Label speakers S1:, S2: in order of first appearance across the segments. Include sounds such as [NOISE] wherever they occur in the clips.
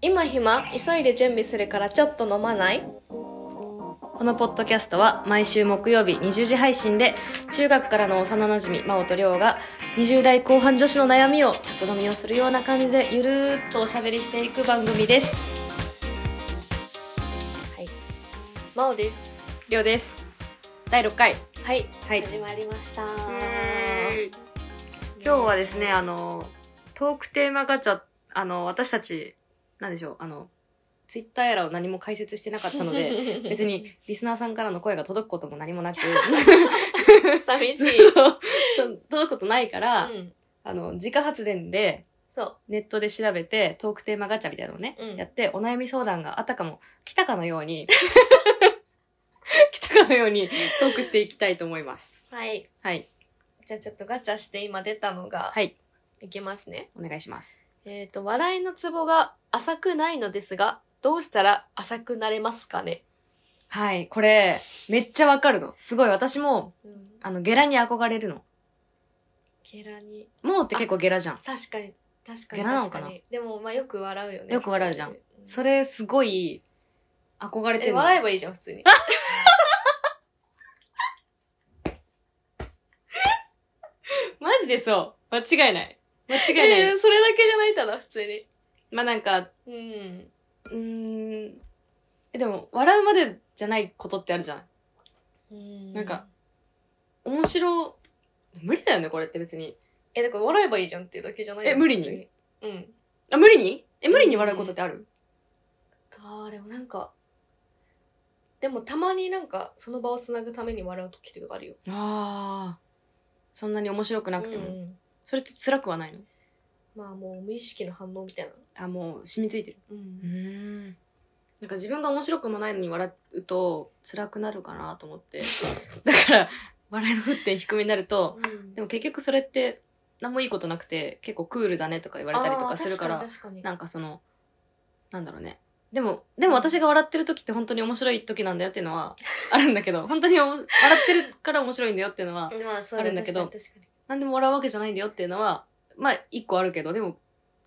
S1: 今暇急いで準備するからちょっと飲まないこのポッドキャストは毎週木曜日20時配信で中学からの幼なじみ真央と亮が20代後半女子の悩みを宅飲みをするような感じでゆるーっとおしゃべりしていく番組ですはい真央です
S2: 亮です。
S1: 第6回はい、
S2: はい。
S3: 始まりました。
S1: 今日はですねあのトークテーマガチャあの私たちなんでしょうあのツイッターやらを何も解説してなかったので
S3: [LAUGHS]
S1: 別にリスナーさんからの声が届くことも何もなく
S3: 寂しい。
S1: そう届くことないから、
S3: うん
S1: [LAUGHS] あの自家発電で
S3: そう。
S1: ネットで調べてトークテーマガチャみたいなのをね、
S3: うん
S1: やってお悩み相談があったかも来たかのように [LAUGHS] 来たかのようにトークしていきたいと思います。
S3: はい。
S1: はい
S3: じゃあちょっとガチャして今出たのが、
S1: はい
S3: いきますね。
S1: お願いします。
S3: えっ、と、笑いのツボが浅くないのですが、どうしたら浅くなれますかね、
S1: はい、これ、めっちゃわかるの。すごい、私も、
S3: うん、
S1: あの、ゲラに憧れるの。
S3: ゲラに。
S1: もうって結構ゲラじゃん。
S3: 確かに、確かに。
S1: ゲラなのかな
S3: 確にでも、まあよく笑うよね。
S1: よく笑うじゃん
S3: うん。
S1: それ、すごい、憧れ
S3: え、
S1: てるの。
S3: 笑えば [LAUGHS] いいじゃん、普通に。
S1: マジでそう。間違いない。間
S3: え
S1: 違いない。
S3: ー [LAUGHS] それだけじゃないかな、普通に。
S1: まあ、なんか、う
S3: うん。
S1: ーん。え、でも、笑うまでじゃないことってあるじゃん。
S3: うん
S1: なんか。面白、無理だよね、これって別に。
S3: え、だから笑えばいいじゃんっていうだけじゃない
S1: え無理に
S3: 普通うん。
S1: あ、無理にえ、無理に笑うことってある
S3: ああでもなんかでもたまになんかその場をつなぐために笑う時とかあるよ
S1: ああ。そんなに面白くなくても。
S3: うん
S1: それって辛くはないの
S3: まあもう無意識の反応みたいな、
S1: あ、もう、染みついてる。
S3: う、
S1: うんん。なんか自分が面白くもないのに笑うと辛くなるかなと
S3: [LAUGHS]
S1: 思って。だから、笑いの沸点低めになると、で
S3: も
S1: も結局それって何もいいことなくて、結構クールだねとか言われたりとかするから、
S3: 確かに確か
S1: なんかその、なんだろうね。でも、でも私が笑ってる時って本当に面白い時なんだよっていうのはあるんだけど、本当におも笑ってるから面白いんだよっていうのは、
S3: にまあそ
S1: あるんだけど
S3: 確かに確かに
S1: 何でも笑うわけじゃないんだよっていうのは、まあ一個あるけど、でも、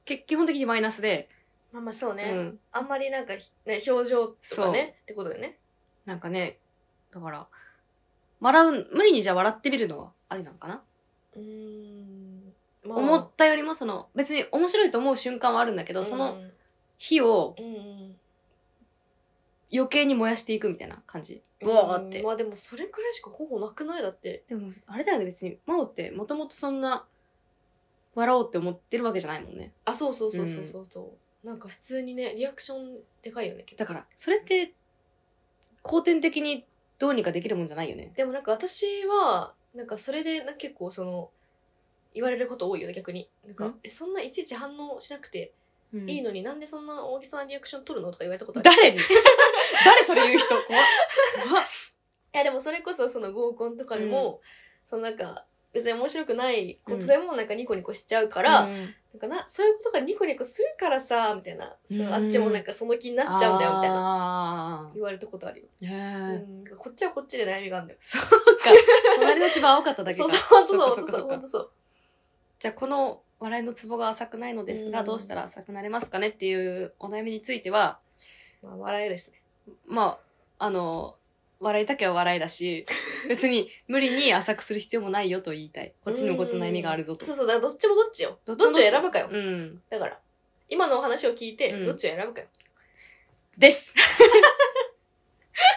S1: け基本的にマイナスで、
S3: まあまあそうね、
S1: うん。
S3: あんまりなんか、ひね、表情とかねってことだよね
S1: なんかね、だから、笑う、無理にじゃあ笑ってみるのはありなのかな、
S3: うーん、ま
S1: 思ったよりもその、別に面白いと思う瞬間はあるんだけど、その火を
S3: うんうん
S1: 余計に燃やしていくみたいな感じ。
S3: うん
S1: ボワーって。
S3: まあでもそれくらいしか方法なくないだって
S1: でも、あれだよね、別に、真央ってもともとそんな、笑おうって思ってるわけじゃないもんね。
S3: あそうそうそうそうそうそうなんか普通にねリアクションでかいよね結構
S1: だから、それって、後天的にどうにかできるもんじゃないよね。
S3: でもなんか私はなんかそれでな結構その言われること多いよね逆になんか
S1: ん
S3: えそんないちいち反応しなくていいのに、なんでそんな大げさなリアクション取るのとか言われたことある
S1: 誰に [LAUGHS] 誰それ言う人怖っ怖っ
S3: いやでもそれこそその合コンとかでも、そのなんか別に面白くないことでもなんかニコニコしちゃうから、
S1: うん
S3: なんかなそういうことがニコニコするからさみたいな、そう
S1: うん
S3: あっちもなんかその気になっちゃうんだよみたいな
S1: あ
S3: 言われたことあるよ、
S1: ーへー
S3: うん、こっちはこっちで悩みがあるんだよ
S1: そうか。隣の芝は青かっただけ
S3: そ
S1: か
S3: う。そうそう
S1: そ
S3: そ
S1: っ
S3: う
S1: か
S3: そ
S1: そ
S3: う
S1: っかそっか
S3: 本当そう
S1: じゃあこの笑いのツボが浅くないのですが、
S3: うん
S1: どうしたら浅くなれますかねっていうお悩みについては、
S3: まあ笑いですね
S1: まあ、あの、笑いだけは笑い
S3: [LAUGHS]
S1: だし、別に無理に浅くする必要もないよと言いたい。こっちのこっちの悩みがあるぞと
S3: そう。そうだからどっちもどっちよどっち
S1: どっ
S3: を
S1: ちも
S3: 選ぶかよ、
S1: うん。
S3: だから、今のお話を聞いて、
S1: うん
S3: どっちを選ぶかよ。
S1: です。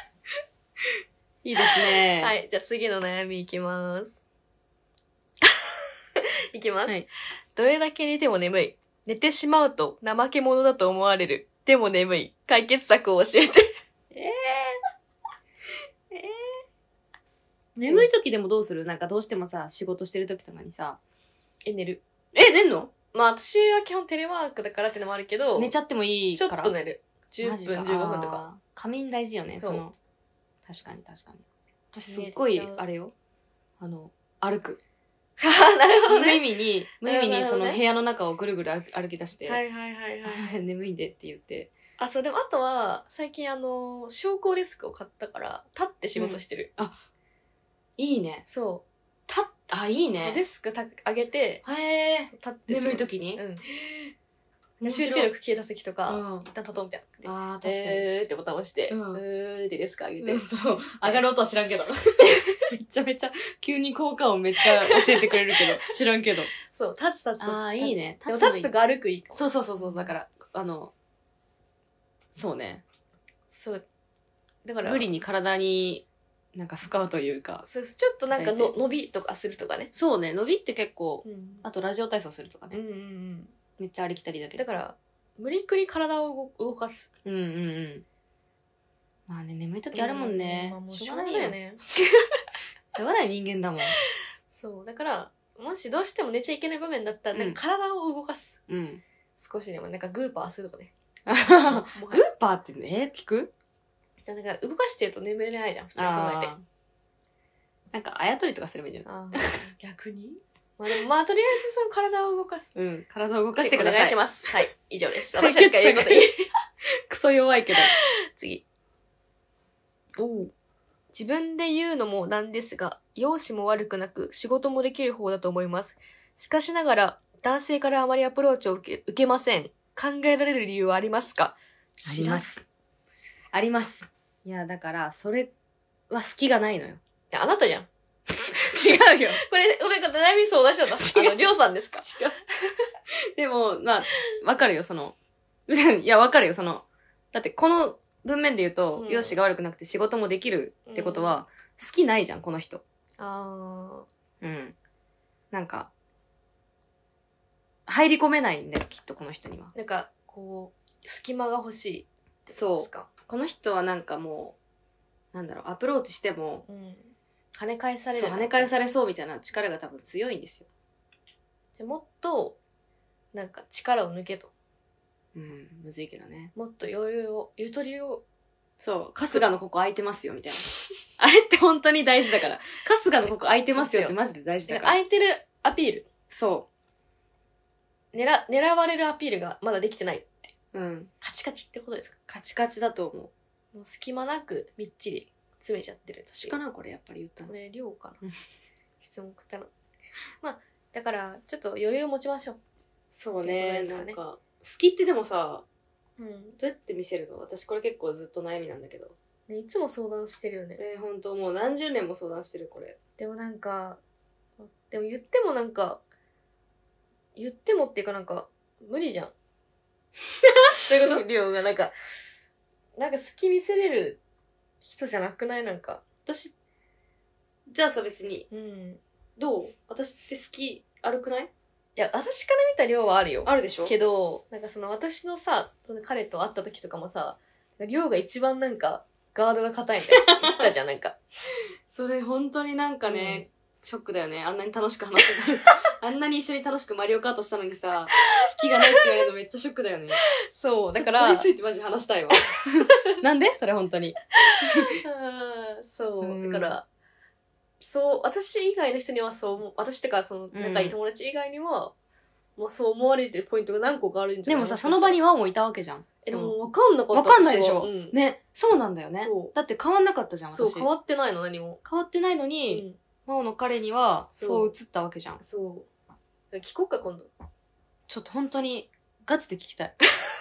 S1: [LAUGHS] いいですね。
S3: はい、じゃあ次の悩みいきます。 [LAUGHS] いきます、
S1: はい
S3: どれだけ寝ても眠い。寝てしまうと怠け者だと思われる。でも眠い。解決策を教えて。
S1: 眠い時でもどうするなんかどうしてもさ、仕事してる時とかにさ、
S3: え、寝る。
S1: え、寝んの
S3: まあ私は基本テレワークだからってのもあるけど、
S1: 寝ちゃってもいい
S3: ちょ
S1: から。
S3: っと寝る。10
S1: マジ
S3: 分、15分とか。
S1: あー仮眠大事よね
S3: そ
S1: そうの確かに確かに私すっごい
S3: 寝ちゃう
S1: あれよあの歩 [LAUGHS] く
S3: [LAUGHS] なるほど
S1: 無
S3: ね。
S1: 意味 [LAUGHS] に無意味
S3: な
S1: に
S3: るほ
S1: そ
S3: どね
S1: の部屋の中をぐるぐる歩歩き出して
S3: い
S1: 「
S3: はいはい
S1: あすいません眠いんで」って言って
S3: あ、そう、でもあとは、最近あの、昇降デスクを買ったから、立って仕事してる。
S1: いいね
S3: そ
S1: たあいいう
S3: そう。
S1: ね
S3: デスクた上げて、
S1: へえ
S3: 立って仕事
S1: 眠い時に、
S3: うん。
S1: 面
S3: 集
S1: 白い
S3: 中力消えた時と
S1: う
S3: か、
S1: ん
S3: 一旦パトンみたいな。
S1: あー確かに、
S3: えーってボタン押して、
S1: うん
S3: うーってデスク上げて、
S1: う
S3: [LAUGHS]
S1: んそう上がる音は知らんけ [LAUGHS] どめちゃめちゃ急に効果音めっちゃ教えてくれるけど知らんけど
S3: そう、立つ立つ。
S1: あーいいね
S3: 立つ
S1: 立つの
S3: でも立
S1: いい
S3: つとか歩くいいかも。
S1: そうそうそうそうだからあのそうね
S3: そう。だから、
S1: 無理に体になんか負荷というか
S3: そうちょっとなんか
S1: 大
S3: の伸びとかするとかね。
S1: そうね伸びって結構
S3: うん
S1: あとラジオ体操するとか
S3: う
S1: ね
S3: んうんうん。
S1: めっちゃありきたりだけど
S3: だから、無理くり体を動動かす。
S1: うんうんうんまあね眠い時あるもんね、
S3: うまあもう
S1: し
S3: し
S1: ょ
S3: ょ
S1: う
S3: う
S1: が
S3: が
S1: な
S3: ないい
S1: よ
S3: よね。
S1: しょうがない人間だもん
S3: そう。だから、もしどうしても寝ちゃいけない場面だったら、
S1: うん
S3: なんか体を動かす。
S1: [LAUGHS] うん
S3: 少しでも、なんかグーパーするとか [LAUGHS] ね。
S1: グ
S3: も
S1: ー
S3: うはい
S1: パーってね聞く
S3: なんか動かしてると眠れないじゃん、普通に考えて
S1: あ。ーなんかあやとりとかすればいいんじゃない
S3: あー逆にまあでも、まあとりあえずその体を動かす。
S1: うん体を動かしてくだ
S3: お
S1: さ
S3: 願
S1: い
S3: いします。はい、以上です。私たちが言うことに。
S1: クソ弱いけど
S3: [LAUGHS] 次。
S1: おう
S3: 自分で言うのもなんですが、容姿も悪くなく仕事もできる方だと思います。しかしながら、男性からあまりアプローチを受け受けません。考えられる理由はありますか
S1: ありま。すありますいやだからそれは隙がないのよ
S3: 知らんあなたじゃん。
S1: [LAUGHS] 違うよ
S3: これ、俺が悩み相談しちゃった。あの、りょうさんですか
S1: 違う。でも、まあ、わかるよ、その。 [LAUGHS] いや、わかるよ、その。だって、この文面で言うと、
S3: うん
S1: 容姿が悪くなくて仕事もできるってことは、好きないじゃん、この人。
S3: あ
S1: うん。なんか、入り込めないんだよ、きっとこの人には。
S3: ー。なんか、こう、隙間が欲しい。
S1: そう
S3: ですか。
S1: この人はなんかもう、なんだろう、アプローチしても、
S3: うん。跳ね返される。
S1: そう跳ね返されそうみたいな力が多分強いんですよ。
S3: じゃあもっと、なんか力を抜けと。
S1: うん、むずいけどね。
S3: もっと余裕を、ゆとりを。
S1: そう、春日のここ空いてますよ、みたいな。あれって本当に大事だから。春日のここ空いてますよってマジで大事だから。
S3: 空いてるアピール。
S1: そ
S3: 狙、狙われるアピールがまだできてない。
S1: う。うん。
S3: カチカチってことですか
S1: カチカチだと思う。
S3: もう隙間なくみっちり詰めちゃってる
S1: 私かなこれやっぱり言った
S3: こ
S1: の。
S3: れ量か
S1: う
S3: な質問くったのまあだからちょっと余裕を持ちましょ
S1: そう
S3: ね
S1: なんか、好きってでもさ、
S3: う、
S1: どうやって見せるの私これ結構ずっと悩みなんだけど。
S3: ね、いつも相談してるよね
S1: えー、本当もう何十年も相談してるこれ。
S3: でもなんかでも言ってもなんか言ってもっていうかなんか無理じゃん [LAUGHS] そういうこと量がなんかなんか好き見せれる人じゃなくないなんか
S1: 私、じゃあさ別に、
S3: うんい
S1: どう私って好き、あるくない
S3: や私から見た量はあるよ
S1: あるでしょ
S3: けどなんかその私のさその彼と会った時とかもさ亮が一番なんかガードが硬いみたいな言ってたじゃん [LAUGHS] なんか
S1: それ本当になんか
S3: う
S1: ね、ショックだよね。あんなに楽しく話してたの [LAUGHS] にあんなに一緒に楽しくマリオカートしたのにさ、好きがないって言われるのめっちゃショック [LAUGHS] だよね。
S3: そうだか
S1: ちょ
S3: ら
S1: っとそれについてマジ話したいわ。 [LAUGHS] なんでそれ本当に。
S3: うんそう、
S1: うん
S3: だからそう私以外の人にはそう思う私ってかその
S1: うん
S3: 仲いい友達以外には、もうそう思われてるポイントが何個かあるんじゃ
S1: で
S3: ない
S1: もさ、その場にワンもいたわけじゃん。
S3: えで
S1: その
S3: も分かんなかった
S1: わかんないでしょ、
S3: 私はうん
S1: ね。そうなんだよね
S3: そ。う
S1: だって変わんなかったじゃん、
S3: そう
S1: 私。
S3: 変わってないの何も、
S1: 変わってないの
S3: う
S1: に、
S3: ん、
S1: マオの彼にはそ
S3: そうう
S1: 映ったわけじゃん。
S3: そう聞こうか今度
S1: ちょっと本当に、ガチで聞きたい。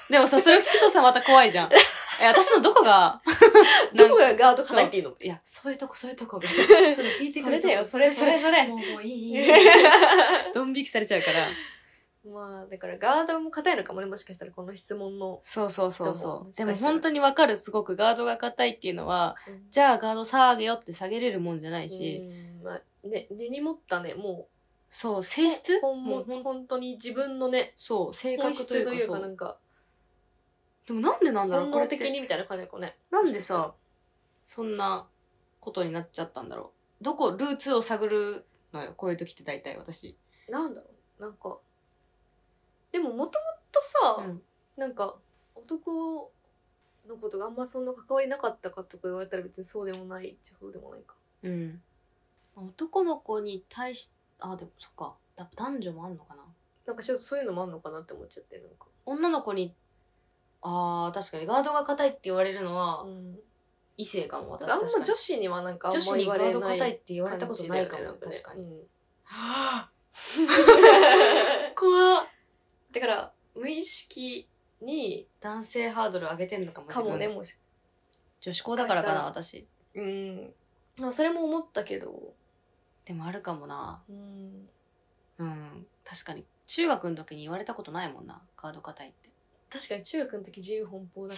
S1: でもさ、それを聞くとさ、また怖いじゃ
S3: [LAUGHS]
S1: ん。え、私のどこが、
S3: どこがガード硬いっていうの
S1: いや、そういうとこ、そういう
S3: [LAUGHS]
S1: とこ。それ聞いて
S3: そ
S1: くれ
S3: れ
S1: と
S3: だよそれそれそれ
S1: もう、もういいいい。 [LAUGHS] ドン引きされちゃうから。
S3: まあだからガードも硬いのかもねもしかしたらこの質問の、
S1: そうそうそうそう。で
S3: 人も
S1: も本当にわかる、すごくガードが硬いっていうのは、
S3: うん
S1: じゃあガード下げよって下げれるもんじゃないし、
S3: うんまあね、根に持ったねも
S1: そう、
S3: う
S1: 性質
S3: ほん
S1: も
S3: も
S1: うほん
S3: 本当に自分のね
S1: そう、性
S3: 本
S1: 格と
S3: 質
S1: いう
S3: と
S1: か
S3: いう
S1: そ
S3: か
S1: う
S3: なんか
S1: でもなんでなんだろう
S3: 本
S1: これ
S3: 能
S1: 的
S3: 的
S1: に。
S3: にみたいな感じだよね
S1: なんでさ、そんなことになっちゃったんだろう。どこ、ルーツを探るのよ、こういう時って大体私。
S3: なんだろうなんかでももともとさ、
S1: うん。
S3: なんか男のことがあんまそんな関わりなかったかとか言われたら別にそうでもないっちゃそうでもないか
S1: うん。男の子に対し、あ、でもそっか。だ男女もあんのかな。
S3: なんかちょっとそういうのもあんのかなって思っちゃってなんか、
S1: 女の子に、あー、確かにガードが硬いって言われるのは
S3: うん、
S1: 異性かも、
S3: あん
S1: 私
S3: ま
S1: 確かに。
S3: 女子にはなんかあん
S1: 女
S3: ま
S1: 子に
S3: 言わ
S1: ガ
S3: れ
S1: ード
S3: ない
S1: 硬いって言われたことないか
S3: 感じだ
S1: も、
S3: よね
S1: 確かに。
S3: うん
S1: [LAUGHS] 怖っ [LAUGHS]
S3: だから無意識に
S1: 男性ハードル上げてんのかも
S3: かもね
S1: 自分
S3: もし
S1: 女子校だからかな
S3: も
S1: 私
S3: うんまあそれも思ったけど
S1: でもあるかもな
S3: うん
S1: うん確かに中学の時に言われたことないもんなカード硬いって
S3: 確かに中学の時自由奔 [LAUGHS] 放な感じ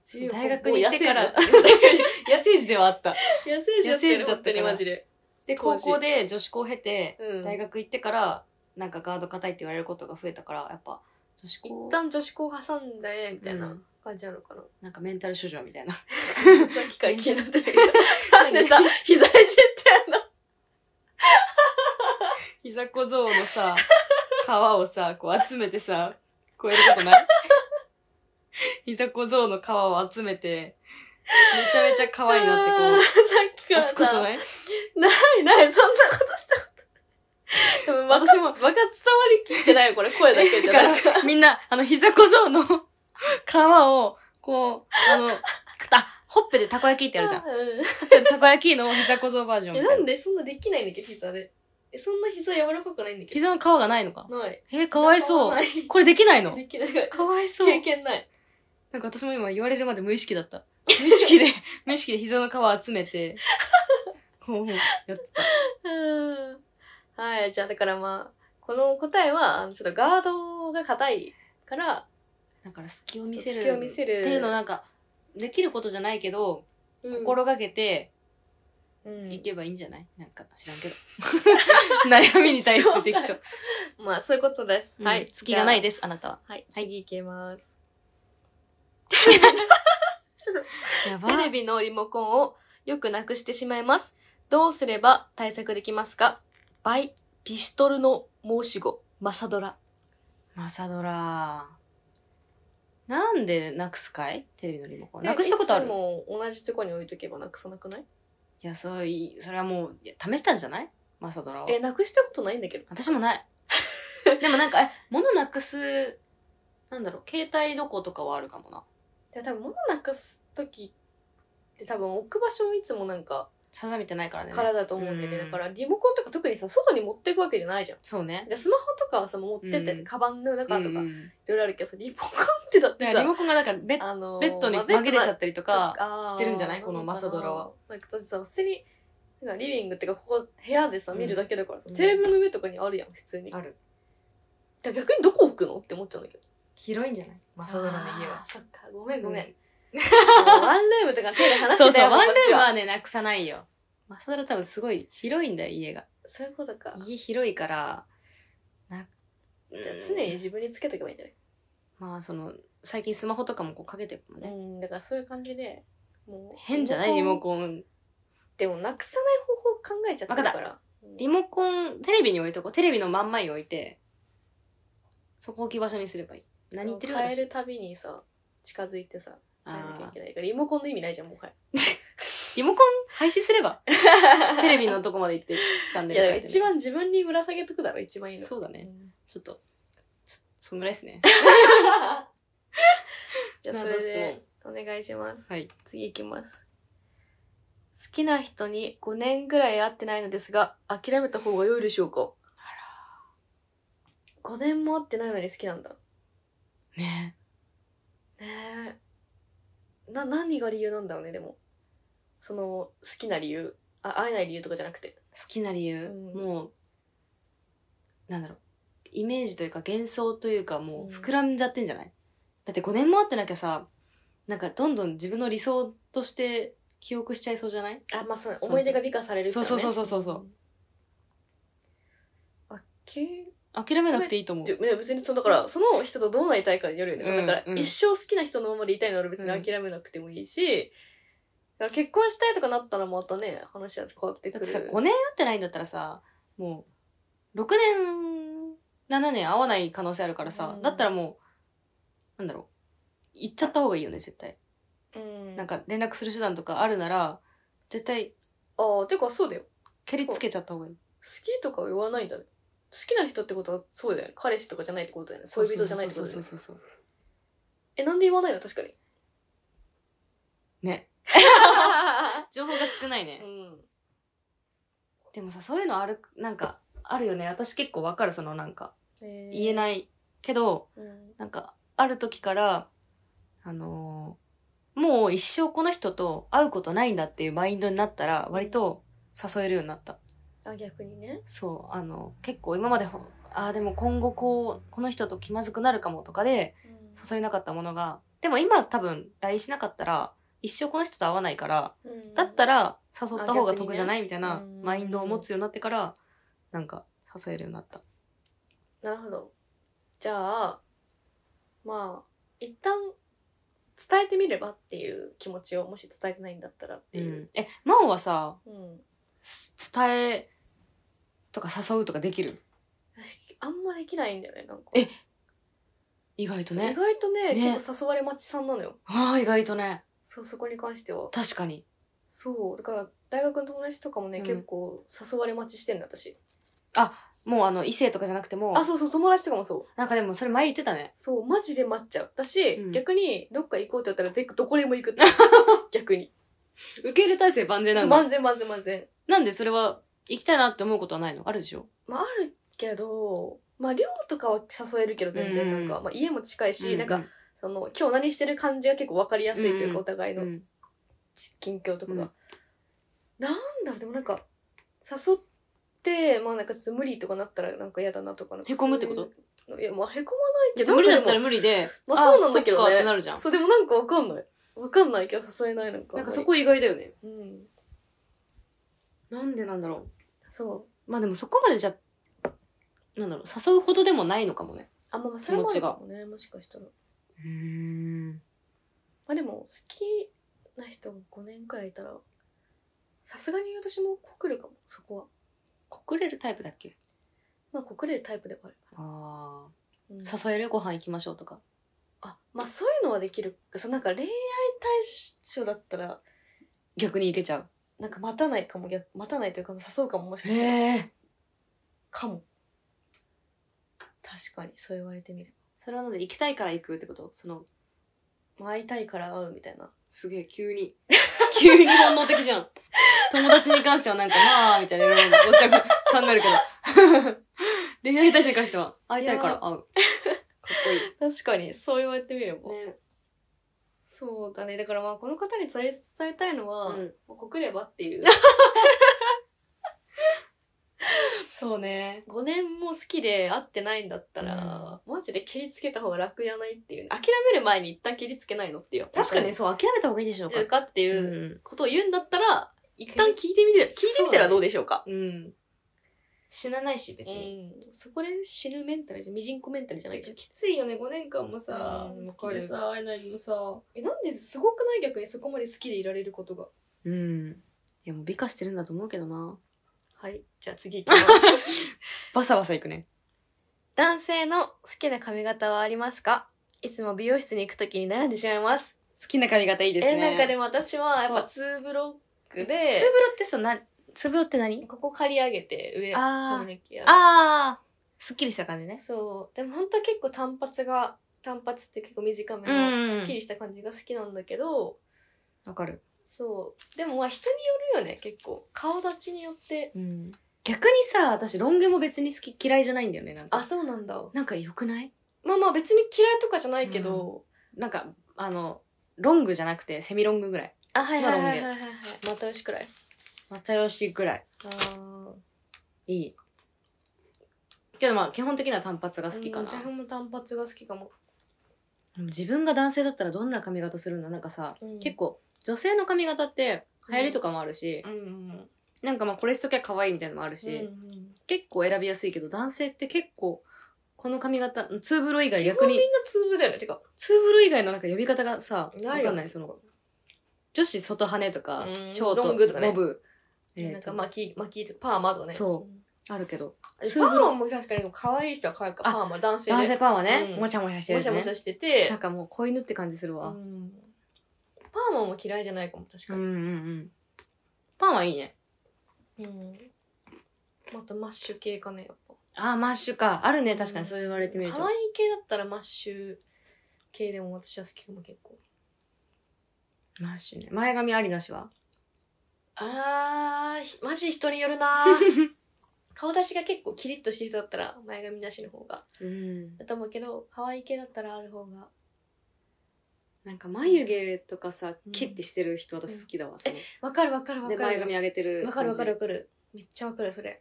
S3: 自由奔放
S1: 大学に行って
S3: [LAUGHS]
S1: から野生児ではあ [LAUGHS] った
S3: 野生児だったよ
S1: 野生
S3: ね
S1: 児だったから
S3: 本当にマジで
S1: で
S3: 当
S1: 高
S3: 時
S1: 校で女子校経て、
S3: うん
S1: 大学行ってからなんかガード硬いって言われることが増えたからやっぱ女子校
S3: 一旦女子校挟んでみたいうなん感じなのかな、
S1: なんかメンタル処女みたいな
S3: さっきから [LAUGHS] 気になってたけ
S1: なんでさ
S3: ど膝いじってんの
S1: [LAUGHS] 膝小僧のさ皮をさこう集めてさこうやることない [LAUGHS] 膝小僧の皮を集めてめちゃめちゃ皮になってこ
S3: あー
S1: う
S3: さっきから
S1: 押すこと
S3: さ
S1: ない
S3: ないない、そんなことしたことでも
S1: [LAUGHS] 私
S3: 私
S1: も
S3: も、バカ伝わりきってないよ、これ。声だけじゃなくて。
S1: みんな、あの、膝小僧の皮を、こう、あの、 [LAUGHS] くた、ほっぺでたこ焼きってやるじゃん。ほっ
S3: う
S1: ぺでたこ焼きの膝小僧バージョン
S3: ん
S1: み
S3: え、
S1: た
S3: ないん
S1: な。
S3: でそんなできないんだっけ、膝で。え、そんな膝柔らかくないんだっけ
S1: 膝の皮がないのか
S3: ない。
S1: へえ、かわいそう
S3: な。い
S1: これできないの
S3: できない。経
S1: かわいそう。
S3: 験ない。
S1: なんか私も今言われるまで無意識だった。無意識で、無意識で膝の皮集めて、こう、やってた。
S3: うんはい、じゃあだからまあ、この答えは、あのちょっとガードが硬いから、
S1: だから隙を見せる。
S3: 隙を見せる
S1: っていうのなんか、できることじゃないけど、
S3: 心、
S1: 心がけて
S3: うん
S1: いけばいいんじゃないなんか知らんけど。 [LAUGHS] 悩みに対して適当。
S3: [LAUGHS] まあ、そういうことです。
S1: は
S3: はいい。。
S1: 隙がないです、あなたは。
S3: じゃあ。はい、次いきます。
S1: や
S3: テレビのリモコンをよくなくしてしまいます。どうすれば対策できますかバイ、ピストルの申し子、マサドラ。
S1: マサドラなんでなくすかいテレビのリモコン。
S3: で
S1: なくしたことあ
S3: い
S1: る
S3: つも同じとこに置いとけばなくさなくない
S1: いや、そうい、それはもう、いや試したんじゃないマサドラを。
S3: え、なくしたことないんだけど。
S1: 私も
S3: [LAUGHS]
S1: ない。でもなんか、え、物なくす、なんだろう、携帯どことかはあるかもな。
S3: でも多分物なくすときって多分置く場所をいつもなんか
S1: 定めてないからね。
S3: からだと思うんだよね。
S1: うん
S3: だからリモコンとか特にさ、外に持っていくわけじゃないじゃん。
S1: そうね。
S3: でスマホとかはさ、持ってって、
S1: うん
S3: カバンの中とか、い
S1: うん
S3: ろ
S1: うん
S3: いろあるけどさ、リモコンってだって
S1: だからリ
S3: さ、
S1: モコンがだからベッ、
S3: あのー
S1: ベッドに
S3: まあ
S1: 紛れちゃ
S3: の
S1: ったりとか、
S3: か
S1: してるんじゃないこのマサドラは。
S3: なんかだってさ、普通に、なんかリビングってか、ここ部屋でさ、
S1: うん
S3: 見るだけだからさ、
S1: うん
S3: テーブルの上とかにあるやん、普通に。だ
S1: あ
S3: か
S1: る。
S3: ら逆にどこ置くのって思っちゃうんだけど。
S1: 広いんじゃないマサドラの家は
S3: あ。ーそっか、ごめんごめん。
S1: う
S3: もうワンルームとか手で話して
S1: そ
S3: た
S1: うそ
S3: よ
S1: う、ワンル
S3: こっち
S1: ームはね、なくさないよ。マサドラ多分すごい広いんだよ、家が。
S3: そういうことか。
S1: 家広いから、な、
S3: じゃあ常に。自分につけとけばいいんじゃ
S1: まあ、その、最近スマホとかもこうかけてるもん
S3: ない
S1: ね。
S3: うん、だからそういう感じで、もう。
S1: 変じゃないリモ
S3: ン。
S1: コン。
S3: でもなくさない方法考えちゃった
S1: わ
S3: から。
S1: リモコン、テレビに置いとこう。テレビの真ん前に置いて、そこ置き場所にすればいい。何言ってる
S3: 変え
S1: 私。
S3: るたびにさ、近づいてさ、変えなきゃい
S1: あ
S3: けないから、リモコンの意味ないじゃん、もはや。
S1: ーリモコン廃止す
S3: [LAUGHS]
S1: れば。テレビのとこまで行って、チャン
S3: い
S1: ネル
S3: や、だ
S1: 変
S3: から
S1: えてね
S3: 一番自分にぶら下げとくだろ、一番いいの。
S1: そうだね。
S3: うん
S1: ちょっと、そそんぐらいで
S3: [LAUGHS]
S1: すね。
S3: じゃあそれでお願いします。
S1: はい。
S3: 次いきます。好きな人に5年ぐらい会ってないのですが、諦めた方が良いでしょうかあら。5年も会ってないのに好きなんだ。
S1: ね
S3: ねえ。な、何が理由なんだろうね、でも。その、好きな理由。あ、会えない理由とかじゃなくて。
S1: 好きな理由、
S3: うん
S1: もうなんだろうイメージというか幻想というかもう
S3: うん
S1: 膨らんじゃってんじゃない、だって5年もあってなきゃさなんかどんどん自分の理想として記憶しちゃいそうじゃない
S3: あ、まあそうね
S1: そうそう
S3: 思い出が美化されるからね
S1: そうそうそうそうそうそうん
S3: 諦
S1: 諦めなくていいと思う
S3: でいや別にそのだからその人とどうなりたいかによるよね、その
S1: うん
S3: だから
S1: うん
S3: 一生好きな人のままでいたいなら別に諦めなくてもいいし、だから結婚したいとかなったらまたね話は変わって
S1: だ
S3: く
S1: って
S3: る
S1: さ5年会ってないんだったらさもう6年7年会わない可能性あるからさ、
S3: うん
S1: だったらもうなんだろう行っちゃった方がいいよね絶対、
S3: うん
S1: なんか連絡する手段とかあるなら絶対
S3: ああてかそうだよ好
S1: 蹴りつけちゃった方がいい
S3: きとかは言わないんだね好きな人ってことはそうだよね彼氏とかじゃないってことだよね恋人じゃないってことだよ
S1: そう
S3: ね
S1: そうそうそう
S3: えなんで言わないの確かに
S1: ね情報が少ないね、
S3: [LAUGHS] うん
S1: でもさそういうのあるなんかあるよね。私結構わかる、そのなんか、言え
S3: い。
S1: ないけど、
S3: うん
S1: なんか、ある時から、あのーもう一生この人と会うことないんだっていうマインドになったら、割と誘えるようになった。
S3: あ、逆にね。
S1: そう、あの、結構今までほ、ああ、でも今後こう、この人と気まずくなるかもとかで、誘えなかったものが、でも今多分 LINE しなかったら、一生この人と会わないから、だった
S3: ら、
S1: ら誘った方が得じゃないみたい
S3: あ
S1: な
S3: 逆にねうん
S1: マインドを持つようになってから、なんか誘えるようになった。
S3: なるほど。じゃあ、まあ、一旦、伝えてみればっていう気持ちを、もし伝えてないんだったらっていう。
S1: え、真央はさ、
S3: うん。
S1: す伝えとか誘うとかできる
S3: 私、あんまできないんだよね、なんか。
S1: え意外と
S3: 意
S1: ね。
S3: 外とね、
S1: ね
S3: 結構誘われ待ちさんなのよ。
S1: ああ、意外とね。
S3: そう、そこに関しては。
S1: 確かに。
S3: そう、だから、大学の友達とかもね、
S1: うん
S3: 結構誘われ待ちしてんの、私。
S1: もうあの、異性とかじゃなくても、
S3: あ、そうそう、友達とかもそう。
S1: なんかでもそれ前言ってたね。
S3: そう、マジで待っちゃう。私、
S1: うん
S3: 逆に、どっか行こうって言ったら、でどこでも
S1: [LAUGHS]
S3: 行くって。逆に。
S1: 受け入れ体制万全
S3: そう
S1: だ。
S3: 万全万全万全。
S1: なんでそれは、行きたいなって思うことはないのあるでしょ
S3: まあ、あるけど、まあ、寮とかは誘えるけど、全然
S1: うん
S3: な
S1: うんん
S3: か、まあ、家も近いし、なんか、
S1: う
S3: その、今日何してる感じが結構わかりやすいという
S1: うん
S3: か、お互い
S1: んう
S3: の
S1: ん
S3: 近況とか
S1: う
S3: が
S1: ん。
S3: なんだろう、でもなんか、誘って、まあなんかちょっと無理とかなったらなんか嫌だなとかなんか
S1: へこむってこと
S3: そういういや、まあへこ
S1: い
S3: ま
S1: や、
S3: ないけど。
S1: 無理だったら
S3: でも
S1: 無理で、
S3: まあそうなんだけどね
S1: あそっかってなるじゃん。
S3: そう、でもなんかわかんない。わかんないけど誘えないなんか。
S1: なんかそこ意外だよね。
S3: うん。
S1: なんでなんだろ
S3: そう。
S1: う。まあでもそこまでじゃ、なんだろう、誘うほどでもないのかもね。
S3: あ、まあまあ、それもあるかもね、もしかしたら。ま
S1: うん。
S3: あでも、好きな人が5年くらいいたら、さすがに私も告るかも、そこは。
S1: 告れるタイプだっけ
S3: まあ、告れるタイプではあるか
S1: ああ。
S3: ら。うん
S1: 誘えるご飯行きましょうとか。
S3: あ、まあそういうのはできる。そう、なんか恋愛対象だったら、
S1: 逆に行けちゃう。
S3: なんか待たないかも、逆待たないというか、誘うかも、もしかしたら。
S1: へえ。
S3: かも。確かに、そう言われてみれ
S1: それはなんで行きたいから行くってことその
S3: ば。まあ、会いたいから会うみたいな。
S1: すげえ急に [LAUGHS] 急に本能的じゃん友達に関してはなんかまあみたいなごちゃごちゃ考えるけど恋愛対象に関しては会いたいから会うかっ
S3: 確かに、そう言われてみれば
S1: こいいね
S3: そうだね。だからまあ、この方に伝え伝えたいのは、
S1: うん
S3: もう告ればって [LAUGHS] いう。
S1: そうね
S3: 5年も好きで会ってないんだったら、マジで切りつけた方が楽やないっていう。諦める前に一旦切りつけないのっていう。
S1: 確かにそう諦めた方がいいでしょ
S3: ど
S1: う
S3: う
S1: か、
S3: かかっていううんことを言うんだったら、一旦聞いてみて、聞いてみたらどうでしょうか。
S1: うん、死なないし別に、
S3: うんそこで死ぬメンタルじゃ、ミジンコメンタルじゃないじゃん。
S1: きついよね5年間もさ
S3: うん
S1: 好きでさ会えないのさ
S3: え、なんですごくない逆にそこまで好きでいられることが。
S1: うんいやもう美化してるんだと思うけどな
S3: はい。じゃあ次行き [LAUGHS] ます。
S1: バサバサいくね
S3: 男性の好きな髪型はありますかいつも美容室に行くときに悩んでしまいます。
S1: 好きな髪型いいですね
S3: え、なんかでも私はやっぱ2ブロックで
S1: つぶ、ろってさ、な、つぶろって何
S3: ここ刈り上げて上
S1: あー
S3: 髪の毛やる
S1: ああ、すっきりした感じね。
S3: そうでも本当は結構短髪が短髪って結構短め
S1: う
S3: の
S1: ん
S3: すっきりした感じが好きなんだけど、
S1: わかる。
S3: そうでもまあ人によるよね結構顔立ちによって
S1: うん。逆にさ、私、ロン毛も別に好き、嫌いじゃないんだよね、なんか。
S3: あそうなんだ
S1: なんか良くない
S3: まあまあ別に嫌いとかじゃないけど、
S1: なんか、あの、ロングじゃなくて、セミロングぐらい。
S3: あはいは
S1: はいい
S3: は
S1: はいい
S3: は
S1: はい
S3: 又吉くらい
S1: 又吉ぐらい。
S3: あ
S1: いい。けどまあ、基本的には短髪が好きかな。
S3: 私も短髪が好きかも
S1: でも自分が男性だったらどんな髪型するんだなんかさ、
S3: うん
S1: 結構、女性の髪型って、流行りとかもあるし、
S3: んうん
S1: なんかまあ、これしときゃ可愛いみたいなのもあるし、結構選びやすいけど、男性って結構、この髪型、ツーブロ以外逆
S3: 逆にみ
S1: に
S3: ん、なツーブだよねてか
S1: ツーブロ以外のなんか呼び方がさ、わ
S3: ないよ
S1: かんない、その、女子外羽とか
S3: う、ん
S1: ショート、
S3: ロングとかね
S1: ボブ、え
S3: なん
S1: ーと
S3: か巻き巻きとかパーマとかね
S1: そ
S3: うん
S1: あるけど、
S3: パーマも確かに可愛い人は可愛いから、
S1: あ
S3: パーマ男性で。
S1: 男性パンはね、
S3: うん
S1: もちゃもちゃしてる
S3: もし
S1: し、ね。
S3: ゃもしゃしてて、
S1: なんかもう子犬って感じする
S3: う
S1: わ。
S3: んパーマも嫌いじゃないかも、確
S1: う
S3: か
S1: ん、うん、
S3: に。
S1: うん。パンはいいね。
S3: うん。またマッシュ系かね、やっぱ。
S1: あー、マッシュか。あるね、確かにそう言われてみると
S3: 可。愛い系だったらマッシュ系でも私は好きかも、結構。
S1: マッシュね。前髪ありなしは [LAUGHS]
S3: あー、マジ人によるな顔出しが結構キリッとしてる人だったら前髪なしの方が
S1: うん
S3: だと思うけど可愛い系だったらある方が
S1: なんか眉毛とかさ、
S3: うん
S1: キッてしてる人私好きだわ、その
S3: わかるわかるわか
S1: で
S3: る
S1: 前髪上げてる
S3: わかるわかるわ
S1: 感
S3: かるめっちゃわかるそれ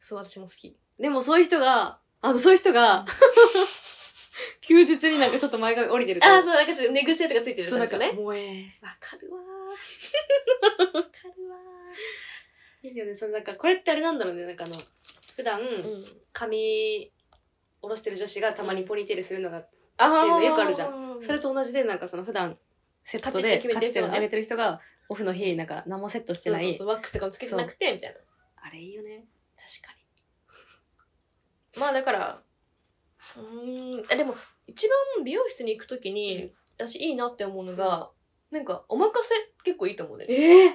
S3: そう私も好き
S1: じでもそういう人があのそういう人が、
S3: うん [LAUGHS]
S1: 休日になんかちょっと前髪降りてると
S3: ああそうなんかちょっと寝癖とかついてる
S1: そうなんか
S3: ね
S1: 萌え
S3: わかるわーわかるわ
S1: いいよねそのなんかこれってあれなんだろうねなんかあの普段、
S3: ーうん
S1: 髪下ろしてる女子がたまにポニーテールするのが、
S3: あ
S1: ーよくあるじゃ
S3: ん
S1: それと同じでなんかその普段セット
S3: カチッ
S1: で
S3: て決め
S1: カ
S3: て
S1: チ
S3: る
S1: ッて
S3: 人がね
S1: 上げてる人がオフの日なんか何もセットしてない
S3: そうそうそうワックスとかもつけてなくてみたいな
S1: あれいいよね
S3: 確かにまあだからうーんあでも一番美容室に行くときに私いいなって思うのが、なんかお任せ結構いいと思うね
S1: ええ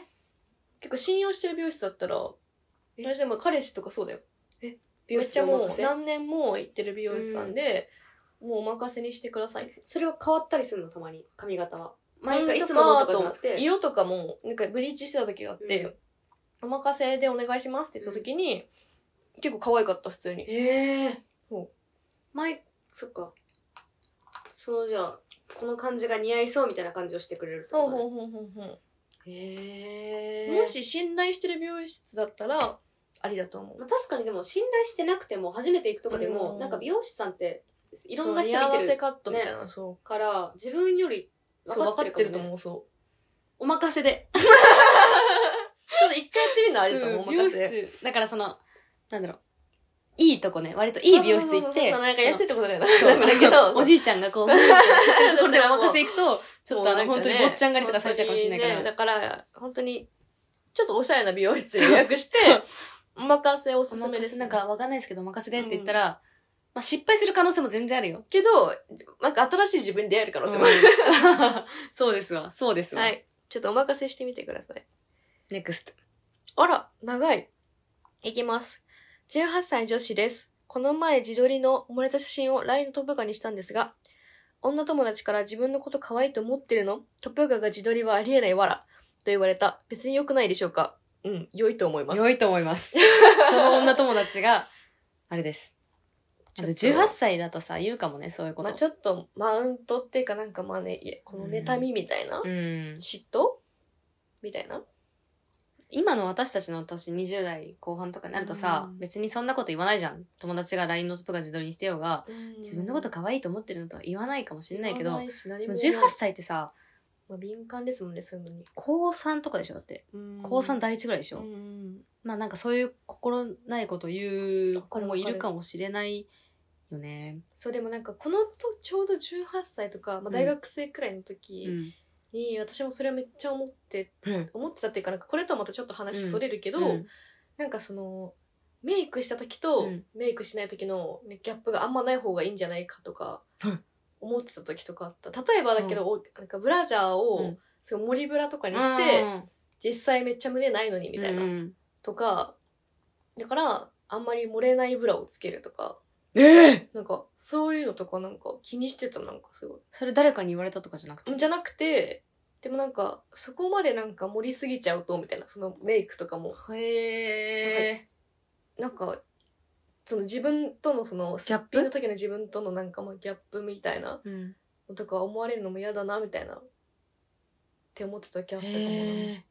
S3: 結構信用してる美容室だったら
S1: え
S3: 私でも彼氏とかそうだよ
S1: 美容
S3: めっち
S1: 室
S3: ゃ
S1: のお
S3: も
S1: 任
S3: う
S1: せ
S3: 何年も行ってる美容師さんで、もうお任せにしてください
S1: それは変わったりするのたまに髪型は毎回い
S3: なん
S1: つものとかじゃなく
S3: あと
S1: て
S3: 色とかもなんかブリーチしてた時があって、お任せでお願いしますって言った時に、結構可愛かった普通に
S1: ええ
S3: そう
S1: 前そっかそのじゃあこの感じが似合いそうみたいな感じをしてくれるって
S3: ほ
S1: こ
S3: う
S1: と
S3: ほうほうほうほう
S1: ええ
S3: もし信頼してる美容室だったらありだと思う
S1: まあ、確かにでも信頼してなくても初めて行くとかでも、
S3: うん
S1: なんか美容師さんってい
S3: い
S1: ろんな人見て
S3: せ
S1: る
S3: カットみたいな、そ
S1: から自分より
S3: うそう分
S1: 分
S3: か
S1: か
S3: っ
S1: ってて
S3: る
S1: る
S3: と
S1: と
S3: 思
S1: 思
S3: うそ
S1: お任せで、
S3: うちょっと一回やってみるのありだと思う、お
S1: 美容
S3: 任せ
S1: 室だからそのなんだろういいとこね割といい美容室行
S3: そうそ
S1: っ
S3: うそう
S1: て
S3: そうなんか安い
S1: い
S3: とこだよな
S1: そう
S3: だけど
S1: おじいちゃんが [LAUGHS] こう、ふーってやってるところでお任せ行くと、ちょっとあの、
S3: もうなん
S1: 本
S3: か
S1: 当
S3: ね
S1: に坊っちゃん狩りとかされちゃうかもしれな
S3: 本当に
S1: いから。
S3: ねだから本当にちょっとおしゃれな美容室予約して
S1: そう
S3: お任せおす
S1: お
S3: すめ
S1: 任
S3: で
S1: せ
S3: す
S1: なんかわかんないですけど、お任せでって言ったら、まあ失敗する可能性も全然あるよ。
S3: けどなんか新しい自分に出会えるから、
S1: [LAUGHS] そうですわ、そうですわ。
S3: は、いちょっとお任せしてみてください
S1: NEXT。
S3: あら、長い。いきます。18歳女子です。この前自撮りの漏れた写真を LINE のトップガーにしたんですが、女友達から自分のこと可愛いと思ってるのトップガーが自撮りはありえないわら。と言われた。別に良くないでしょうかうん、良いと思います。
S1: 良いと思
S3: [LAUGHS]
S1: います。その女友達が、あれです。
S3: ち
S1: ち
S3: ょ
S1: ょ
S3: っ
S1: っ
S3: と
S1: と18歳だとさ、言うかもね、そういうこと。
S3: まあちょっとマウントっていうかなんかまあね、いやこの妬みみたいな、
S1: うん。
S3: 嫉妬みたいな。
S1: 今の私たちの年20代後半とかになるとさ、
S3: うん
S1: 別にそんなこと言わないじゃん。友達が LINE のトップが自撮りにしてようが、自分のこと
S3: か
S1: 可愛いと思ってるのとは言わないかもしれないけど、
S3: 18
S1: でも18歳ってさ、
S3: まあ、敏感ですもんね、そういうのに。
S1: 高3とかでしょだって。高3第1ぐらいでしょ、
S3: うん
S1: まあなんかそういう心ないこと言う子もいるかもしれないよね。
S3: そうでもなんかこのとちょうど18歳とか、ま
S1: う
S3: あ、
S1: ん
S3: 大学生くらいの
S1: う
S3: 時
S1: ん。
S3: に、私もそれはめっちゃ思って
S1: うん。
S3: 思ってたっていうかなんかこれとはまたちょっと話それるけど、
S1: うん
S3: なんかそのメイクした時と
S1: うん
S3: メイクしない時のね、ギャップがあんまない方がいいんじゃないかとか
S1: はい
S3: 思ってた時とかあった例えばだけど、おなんかブラジャー
S1: う
S3: を
S1: ん
S3: すごい森ブラとかにして、
S1: うん
S3: 実際めっちゃ胸ないのにみたいな、
S1: うん
S3: とかだからあんまり漏れないブラをつけるとか
S1: ええ
S3: なんかそういうのとかなんか気にしてたなんかすごい。
S1: それ誰かに言われたとかじゃなくて。
S3: じゃなくてでもなんかそこまでなんか盛りすぎちゃうとみたいなそのメイクとかも
S1: へえ。
S3: なんかその自分とのその
S1: ギャップ
S3: ピンの時の自分とのなんかまあギャップみたいな
S1: うん。
S3: のとか思われるのも嫌だなみたいなって思ってた時あったかも
S1: へえ。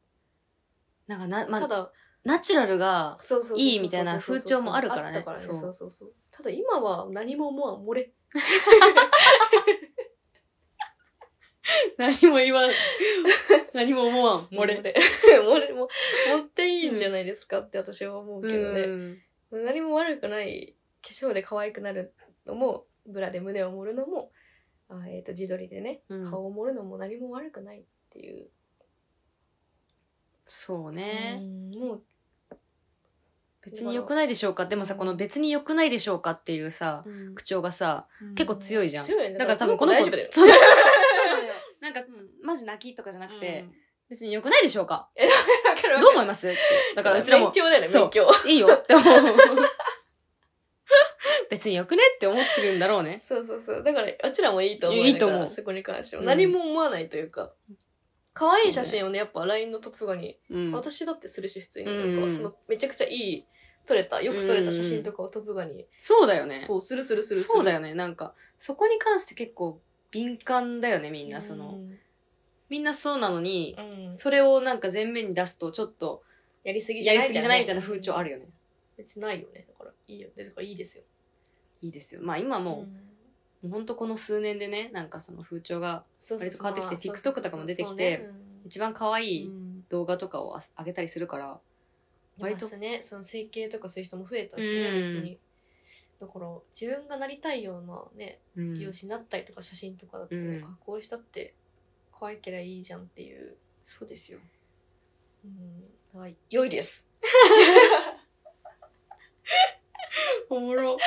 S1: なんかな、ま
S3: た
S1: あ、
S3: だ
S1: ナチュラルが、
S3: そうそうそうそう
S1: いいみたいな風潮もあるからね
S3: あったからねそ
S1: そうう
S3: そうそうただ今は何も思わん漏れ
S1: [LAUGHS] 何も言わん。 [LAUGHS] 何も思わん。
S3: 漏れ [LAUGHS] 漏れも持っていいんじゃないですかって私は思うけどね、
S1: うん。
S3: 何も悪くない化粧で可愛くなるのもブラで胸を盛るのもあ、えー、と自撮りでね、
S1: うん
S3: 顔を盛るのも何も悪くないっていう、
S1: そうね。
S3: うんもう、
S1: 別に良くないでしょうか。でもさ、この別に良くないでしょうかっていうさ、口調がさ、結構強いじゃん
S3: 強いよね
S1: だから多分この
S3: 大
S1: 子
S3: 丈夫だよ
S1: [LAUGHS] そうそうなのよなんか、マジ泣きとかじゃなくて、別に良くないでしょうか
S3: 分かる
S1: ど
S3: わか
S1: う
S3: る
S1: 思いますって。だからうちらも
S3: 勉、強だよね
S1: そう
S3: 勉強
S1: いいよって思う。 [LAUGHS] 別に良くねって思ってるんだろうね。
S3: そうそうそうだからうちらもいいと思う
S1: いいと思う
S3: だからそこに関しては、
S1: うん
S3: 何も思わないというか可愛い写真をねやっぱ LINE のトップ画に、
S1: うん。
S3: 私だってするし普通に
S1: う
S3: なん
S1: ん
S3: かそのめちゃくちゃいい撮れた、よく撮れた写真とかをトップガンに。
S1: そうだよね。
S3: そう、するするするする。
S1: そうだよ
S3: ね。
S1: ね。なんか、そこに関して結構敏感だよね、みんな。その、みんなそうなのに、
S3: うん、
S1: それをなんか前面に出すと、ちょっと、
S3: やりすぎ
S1: やりすぎじゃないみたいな風潮あ
S3: る。
S1: るよね。
S3: 別にないよね。だから、いいよね。だからいいですよ。
S1: いいですよ。まあ今はもう、ほんとこの数年でね、なんかその風潮が、
S3: そうそうそう、
S1: 割と変わってきて
S3: まあそうそう
S1: TikTok とかも出てきて
S3: そうね
S1: 一番可愛
S3: う
S1: い
S3: ん
S1: 動画とかをあ上げたりするから、割
S3: 割
S1: と
S3: とね、その整形とかそういう人も増えたしね、
S1: うん
S3: 別に。だから、自分がなりたいようなね、
S1: うん
S3: 容姿になったりとか写真とかだって
S1: う
S3: ね、
S1: ん
S3: 加工したって、可愛けりゃいいじゃんっていう。
S1: そうですよ。
S3: うん、はい。良いです。
S1: おもろ。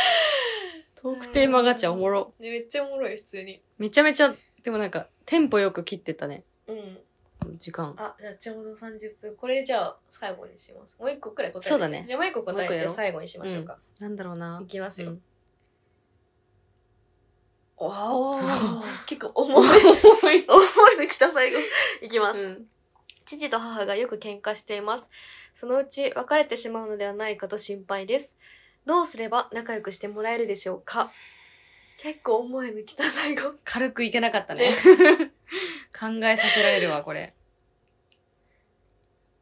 S1: トークテーマガチャおもろ。
S3: ね、めっちゃおもろい、普通に。
S1: めちゃめちゃ、でもなんか、テンポよく切ってたね、
S3: うん。
S1: 時間。
S3: あ、じゃあちょうど30分。これじゃあ最後にします。もう一個くらい答えて
S1: そうだね
S3: じゃあもう一個答え
S1: もう一個や
S3: て
S1: ろう
S3: 最後にしましょうか。。
S1: なんだろうない
S3: きますよ。
S1: うん
S3: おお
S1: [LAUGHS] ー
S3: 結構重い。
S1: 重い。
S3: 重いの来た最後。いきます。
S1: うん。
S3: 父と母がよく喧嘩しています。そのうち別れてしまうのではないかと心配です。どうすれば仲良くしてもらえるでしょうか結構重いの来た最後。
S1: 軽くいけなかったね。 [LAUGHS] 考えさせられるわ、これ。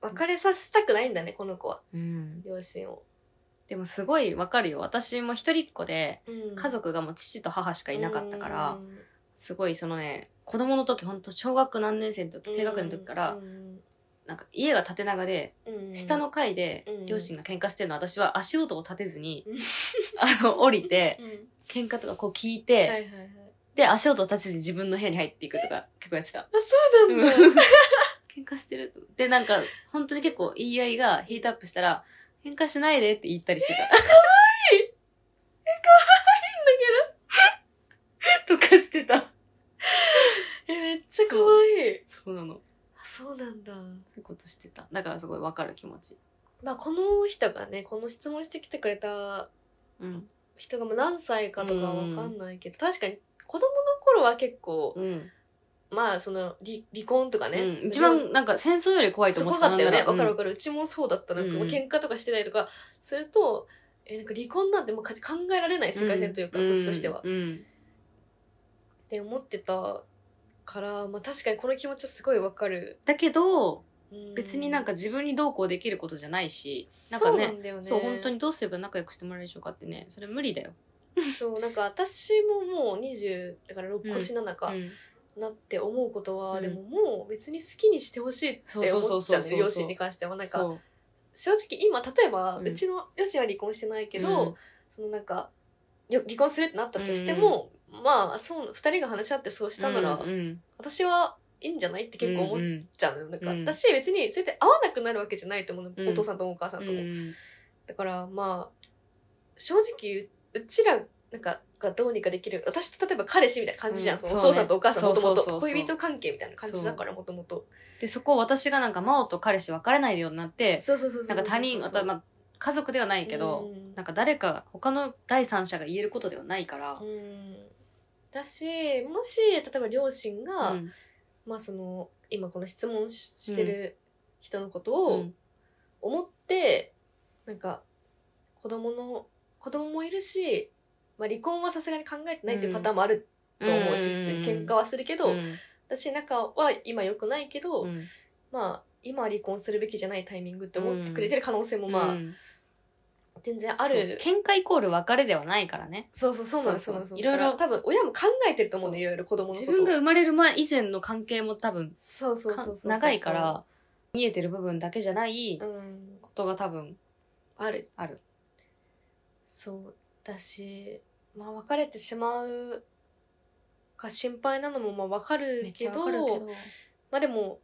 S3: 別れさせたくないんだね、この子は。
S1: うん。
S3: 両親を。
S1: でもすごいわかるよ。私も一人っ子で、家
S3: 家
S1: 族がもう父と母しかいなかったから、
S3: うん、
S1: すごいそのね、子供の時、ほんと小学何年生の時、低学年の時から
S3: う、ん、
S1: なんか家が縦長で、
S3: うん
S1: 下の階で
S3: うん
S1: 両親が喧嘩してるの私は足音を立てずに
S3: うん、
S1: [LAUGHS] あの、降りて、
S3: うん
S1: 喧嘩とかこう聞い
S3: はいは
S1: て、
S3: いはい。
S1: で、足音を立てずに自分の部屋に入っていくとか、結構やってた。
S3: そうなんだ。
S1: 喧嘩してるで、なんか、本当に結構言い合いがヒートアップしたら、喧嘩しないでって言ったりしてた。可愛い可愛いんだけど [LAUGHS] とかしてた。
S3: え、めっちゃ可愛い。
S1: そうなの。
S3: あそうなんだ。
S1: そういうことしてた。だからすごいわかる気持ち。
S3: まあ、この人がね、この質問してきてくれた
S1: うん。
S3: 人がもう何歳かとかわかんないけど、確かに子供の頃は結構、
S1: うん。
S3: まあ、その、離離婚とかね。
S1: うん一番なんか戦争より怖いと
S3: そ
S1: 思
S3: こ
S1: って
S3: だったよね。
S1: なん
S3: わか
S1: な
S3: る
S1: ら
S3: わかる。うちもそうだった。なんかもう
S1: うん
S3: 喧嘩とかしてたりとかすると、え、なんか離婚なんてもうか考えられない世界線というか、こっちとしては。
S1: うんうん
S3: って思ってたから、まあ確かにこの気持ちはすごいわかる。
S1: だけど、
S3: うん
S1: 別になんか、自分にどうこうできることじゃないし、なんか
S3: そうな
S1: ね、
S3: んだよね。
S1: そう、本当にどうすれば仲良くしてもらえるでしょうかってね、それ無理だよ。
S3: そう、なんか私ももう20、だから6個7か、
S1: うん
S3: なって思うことは、
S1: うん
S3: でももう別に好きにしてほしいって
S1: そうそうそ
S3: 思
S1: う
S3: っち
S1: そ
S3: ゃ
S1: う
S3: う
S1: そう
S3: ね、両親に関しては。なんか、
S1: そう
S3: 正直今、例えば、
S1: う
S3: うんちの両親は離婚してないけど、
S1: うん
S3: そのなんか、よ離婚するってなったとしても、まあ、そう、二人が話し合ってそうしたなら、
S1: うんうん
S3: 私はいいんじゃないって結構思
S1: う
S3: っ
S1: ん
S3: ちゃうのよ。なんか、
S1: うん
S3: 私別に、それで会わなくなるわけじゃないと思うの、
S1: うん
S3: お父さんともお母さん
S1: う
S3: と
S1: ん
S3: も。
S1: うん
S3: だから、まあ、正直、うちら、なんか、がどうにかできる。私と例えば彼氏みたいな感じじゃん。
S1: うん
S3: その
S1: そう
S3: お
S1: ね
S3: 父さんとお母さんもとも
S1: そうそうそ
S3: と。
S1: うそう
S3: 恋人関係みたいな感じだから、もともと。
S1: でそこを私がなんか真央と彼氏別れないようになって
S3: そうそうそうそ
S1: な
S3: う。
S1: んか他人
S3: そう
S1: あ
S3: そう
S1: と
S3: そう
S1: まあ家族ではないけど、
S3: うん
S1: なんか誰か他の第三者が言えることではないから
S3: う、ん。だし、もし、例えば両親が、
S1: うん
S3: まあその、今この質問ししてる人のことを思って、なんか、子供の、子供もいるし、まあ離婚はさすがに考えてないっていうパターンもあると思うし、普通に喧嘩はするけど、
S1: うん
S3: 私仲は今良くないけど、
S1: うん
S3: まあ今離婚するべきじゃないタイミングって思ってくれてる可能性もま
S1: うん
S3: あ全然ある、
S1: そう喧嘩イコール別れではないからね
S3: そうそうそうなんです
S1: そ
S3: そうう
S1: そ
S3: なんで
S1: う
S3: す
S1: いろいろ
S3: だから多分親も考えてると思うね
S1: そう
S3: いろいろ子供のこと
S1: 自分が生まれる前以前の関係も多分
S3: そうそうそうそうそう
S1: 長いから見えてる部分だけじゃない
S3: うん
S1: ことが多分
S3: ある
S1: ある
S3: そうだしまあ別れてしまうか心配なのもまあ分か
S1: め
S3: る
S1: っち
S3: け
S1: ゃ
S3: ど
S1: わかるけど
S3: まあでも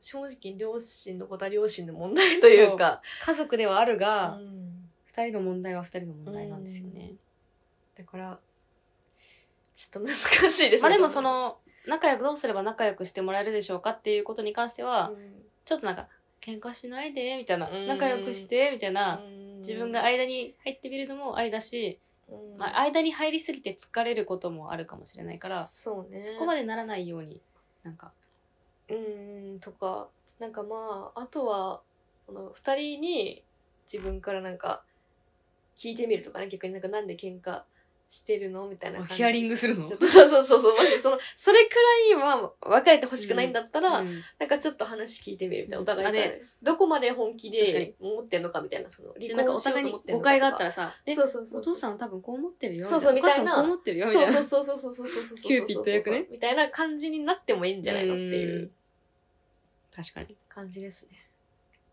S3: 正直両親のことは両親の問題というか
S1: 家族ではあるが、
S3: うん
S1: 二人の問題は二人の問題なんですよね。
S3: だからちょっと難しいです
S1: まあでもそ、の仲良くどうすれば仲良くしてもらえるでしょうかっていうことに関しては、
S3: うん
S1: ちょっとなんか喧嘩しないでみたいな、
S3: うん
S1: 仲良くしてみたいな、
S3: うん
S1: 自分が、間に入ってみるのもありだし、
S3: うん
S1: まあ、間に入りすぎて疲れることもあるかもしれないから、
S3: そうね
S1: そこまでならないようになんか、
S3: うんとかなんかまああとはその2人に自分からなんか聞いてみるとかね、逆になんかなんで喧嘩してるのみたいな感じ。
S1: ヒアリングするの
S3: ちょっとそうそうそうそう、もしその、それくらいは別れてほしくないんだったら、
S1: うん
S3: なんかちょっと話聞いてみるみたいな、お互い
S1: あ
S3: から
S1: れ
S3: どこまで本気
S1: 確かに
S3: で思ってんのかみたいな、その、離
S1: でなんか
S3: 婚
S1: お
S3: しよう
S1: 互い
S3: と
S1: に
S3: 思ってんのか
S1: 誤
S3: とか。
S1: 解があったらさ、え
S3: そうそうそうそう。
S1: お父さんは多分こう思ってるよ。
S3: そうそう
S1: お
S3: み
S1: 母
S3: た
S1: さ
S3: いなん
S1: こう思ってるよ。みた
S3: そ
S1: いうな
S3: そうそうそうそうそうそうそう。
S1: キューピッド役ね
S3: みたいな感じになってもいいんじゃないのっていう
S1: 確かに。
S3: 感じですね。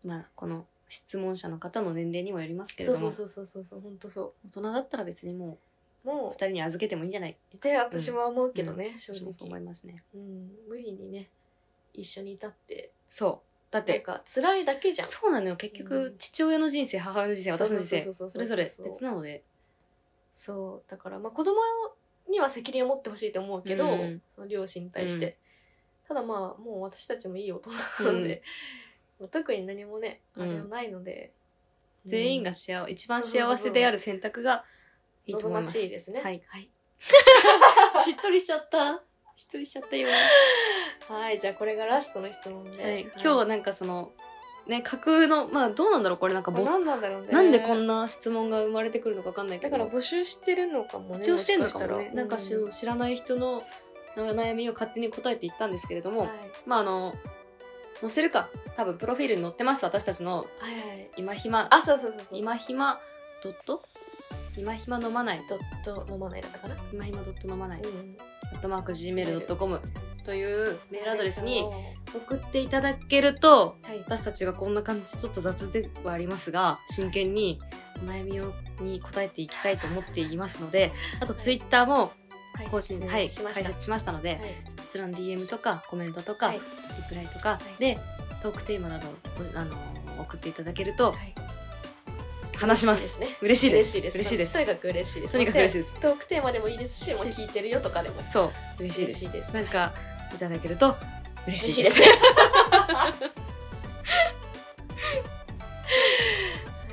S1: まあ、この質問者の方の年齢にもよりますけれ
S3: そ
S1: ど
S3: う
S1: も、
S3: そうそうそうそうそう、本当そ
S1: 大人だったら別にも
S3: う。も
S1: う
S3: う
S1: 二、人に預けてもいいんじゃない
S3: で私は思うけどね、正
S1: 私もそう思
S3: 直、
S1: いますね。
S3: うん、無理にね一緒にいたって
S1: そう。だっ
S3: なん
S1: て、
S3: か辛いだけじゃん
S1: そうなのよ。結局、
S3: うん
S1: 父親の人生、母親の人生、私の人生、
S3: そうそう
S1: そ
S3: そう
S1: れ
S3: そ
S1: ぞ
S3: う
S1: れ
S3: そう
S1: 別なので。
S3: そうだからまあ子供には責任を持ってほしいと思うけど、
S1: うん
S3: その両親に対して、ただまあもう私たちもいい大人なので、まあ特に何もねあれはないので、
S1: 全員
S3: が
S1: が幸せ、一番幸せである選択がいいと
S3: 望
S1: 思い
S3: ま
S1: ます。
S3: しいですね
S1: はい。 [LAUGHS]
S3: しっとりしちゃった
S1: 一人しちゃったよ。
S3: はいじゃあこれがラストの質問で、
S1: はい、今日はなんかその、ね、架空の、まあどうなんだろうこれなんかぼ、
S3: 何なんだろうね
S1: なんでこんな質問が生まれてくるのかわかんないけ
S3: だ
S1: ど。
S3: から募集してるのかもね
S1: 一応してんのか
S3: もし
S1: も
S3: し
S1: ね
S3: た。ら
S1: なんかし
S3: う
S1: 知らない人の悩みを勝手に答えていったんですけれども、
S3: はい
S1: まああの、載せるか。多分プロフィールに載ってます。私たちの
S3: はいはい
S1: 今暇、
S3: あそうそうそうそう
S1: 今暇ドット今暇飲まない。
S3: ドット飲まないだったかな、
S1: 今暇ドット飲まない。
S3: うん、
S1: アットマーク Gmail.com というメールアドレスに
S3: は
S1: 送っていただけると、
S3: い
S1: 私たちがこんな感じちょっと雑ではありますが真剣にお悩みをに答えていきたいと思っていますのであと
S3: はい
S1: ツイッターも
S3: はい
S1: 更新、はい
S3: しまし
S1: 解
S3: た
S1: 説しましたので、
S3: はい
S1: こちらの DM とかコメントとか、
S3: はい
S1: リプライとか
S3: い
S1: でトークテーマなどをあの送っていただける
S3: は
S1: と
S3: い
S1: 話します、嬉しいで
S3: 嬉
S1: す
S3: しいです
S1: 嬉しいです
S3: とにかく嬉しいです
S1: とにかく嬉しい
S3: い
S1: です
S3: トークテーマでもいいですしもう聞いてるよとかでも
S1: そう嬉しいです
S3: 嬉しいです
S1: なんかいただけると嬉しいです
S3: 嬉しいです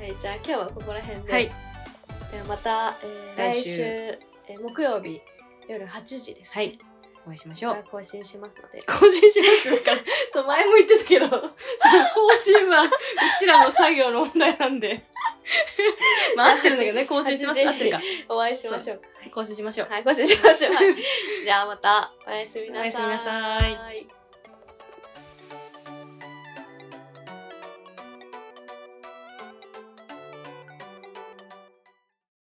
S3: [LAUGHS] はいじゃあ今日はここら辺で、
S1: はい
S3: ではまた、えー
S1: 来
S3: 来
S1: 週
S3: 週えー木曜日夜8時です、
S1: はいお会いしましょ
S3: また
S1: う
S3: 更新しますので [LAUGHS]
S1: 更新しますだから
S3: そう前も言ってたけど [LAUGHS]
S1: 更新は、うちらの作業の問題なんで。 [LAUGHS] まあ、合ってるんだけどね、更新します。
S3: 8時
S1: 合ってるか。
S3: お会いしましょう
S1: 更新しましょう。
S3: [LAUGHS] はい更新しましょうはいじゃあまたおやすみなさい
S1: おやすみなさい
S3: はい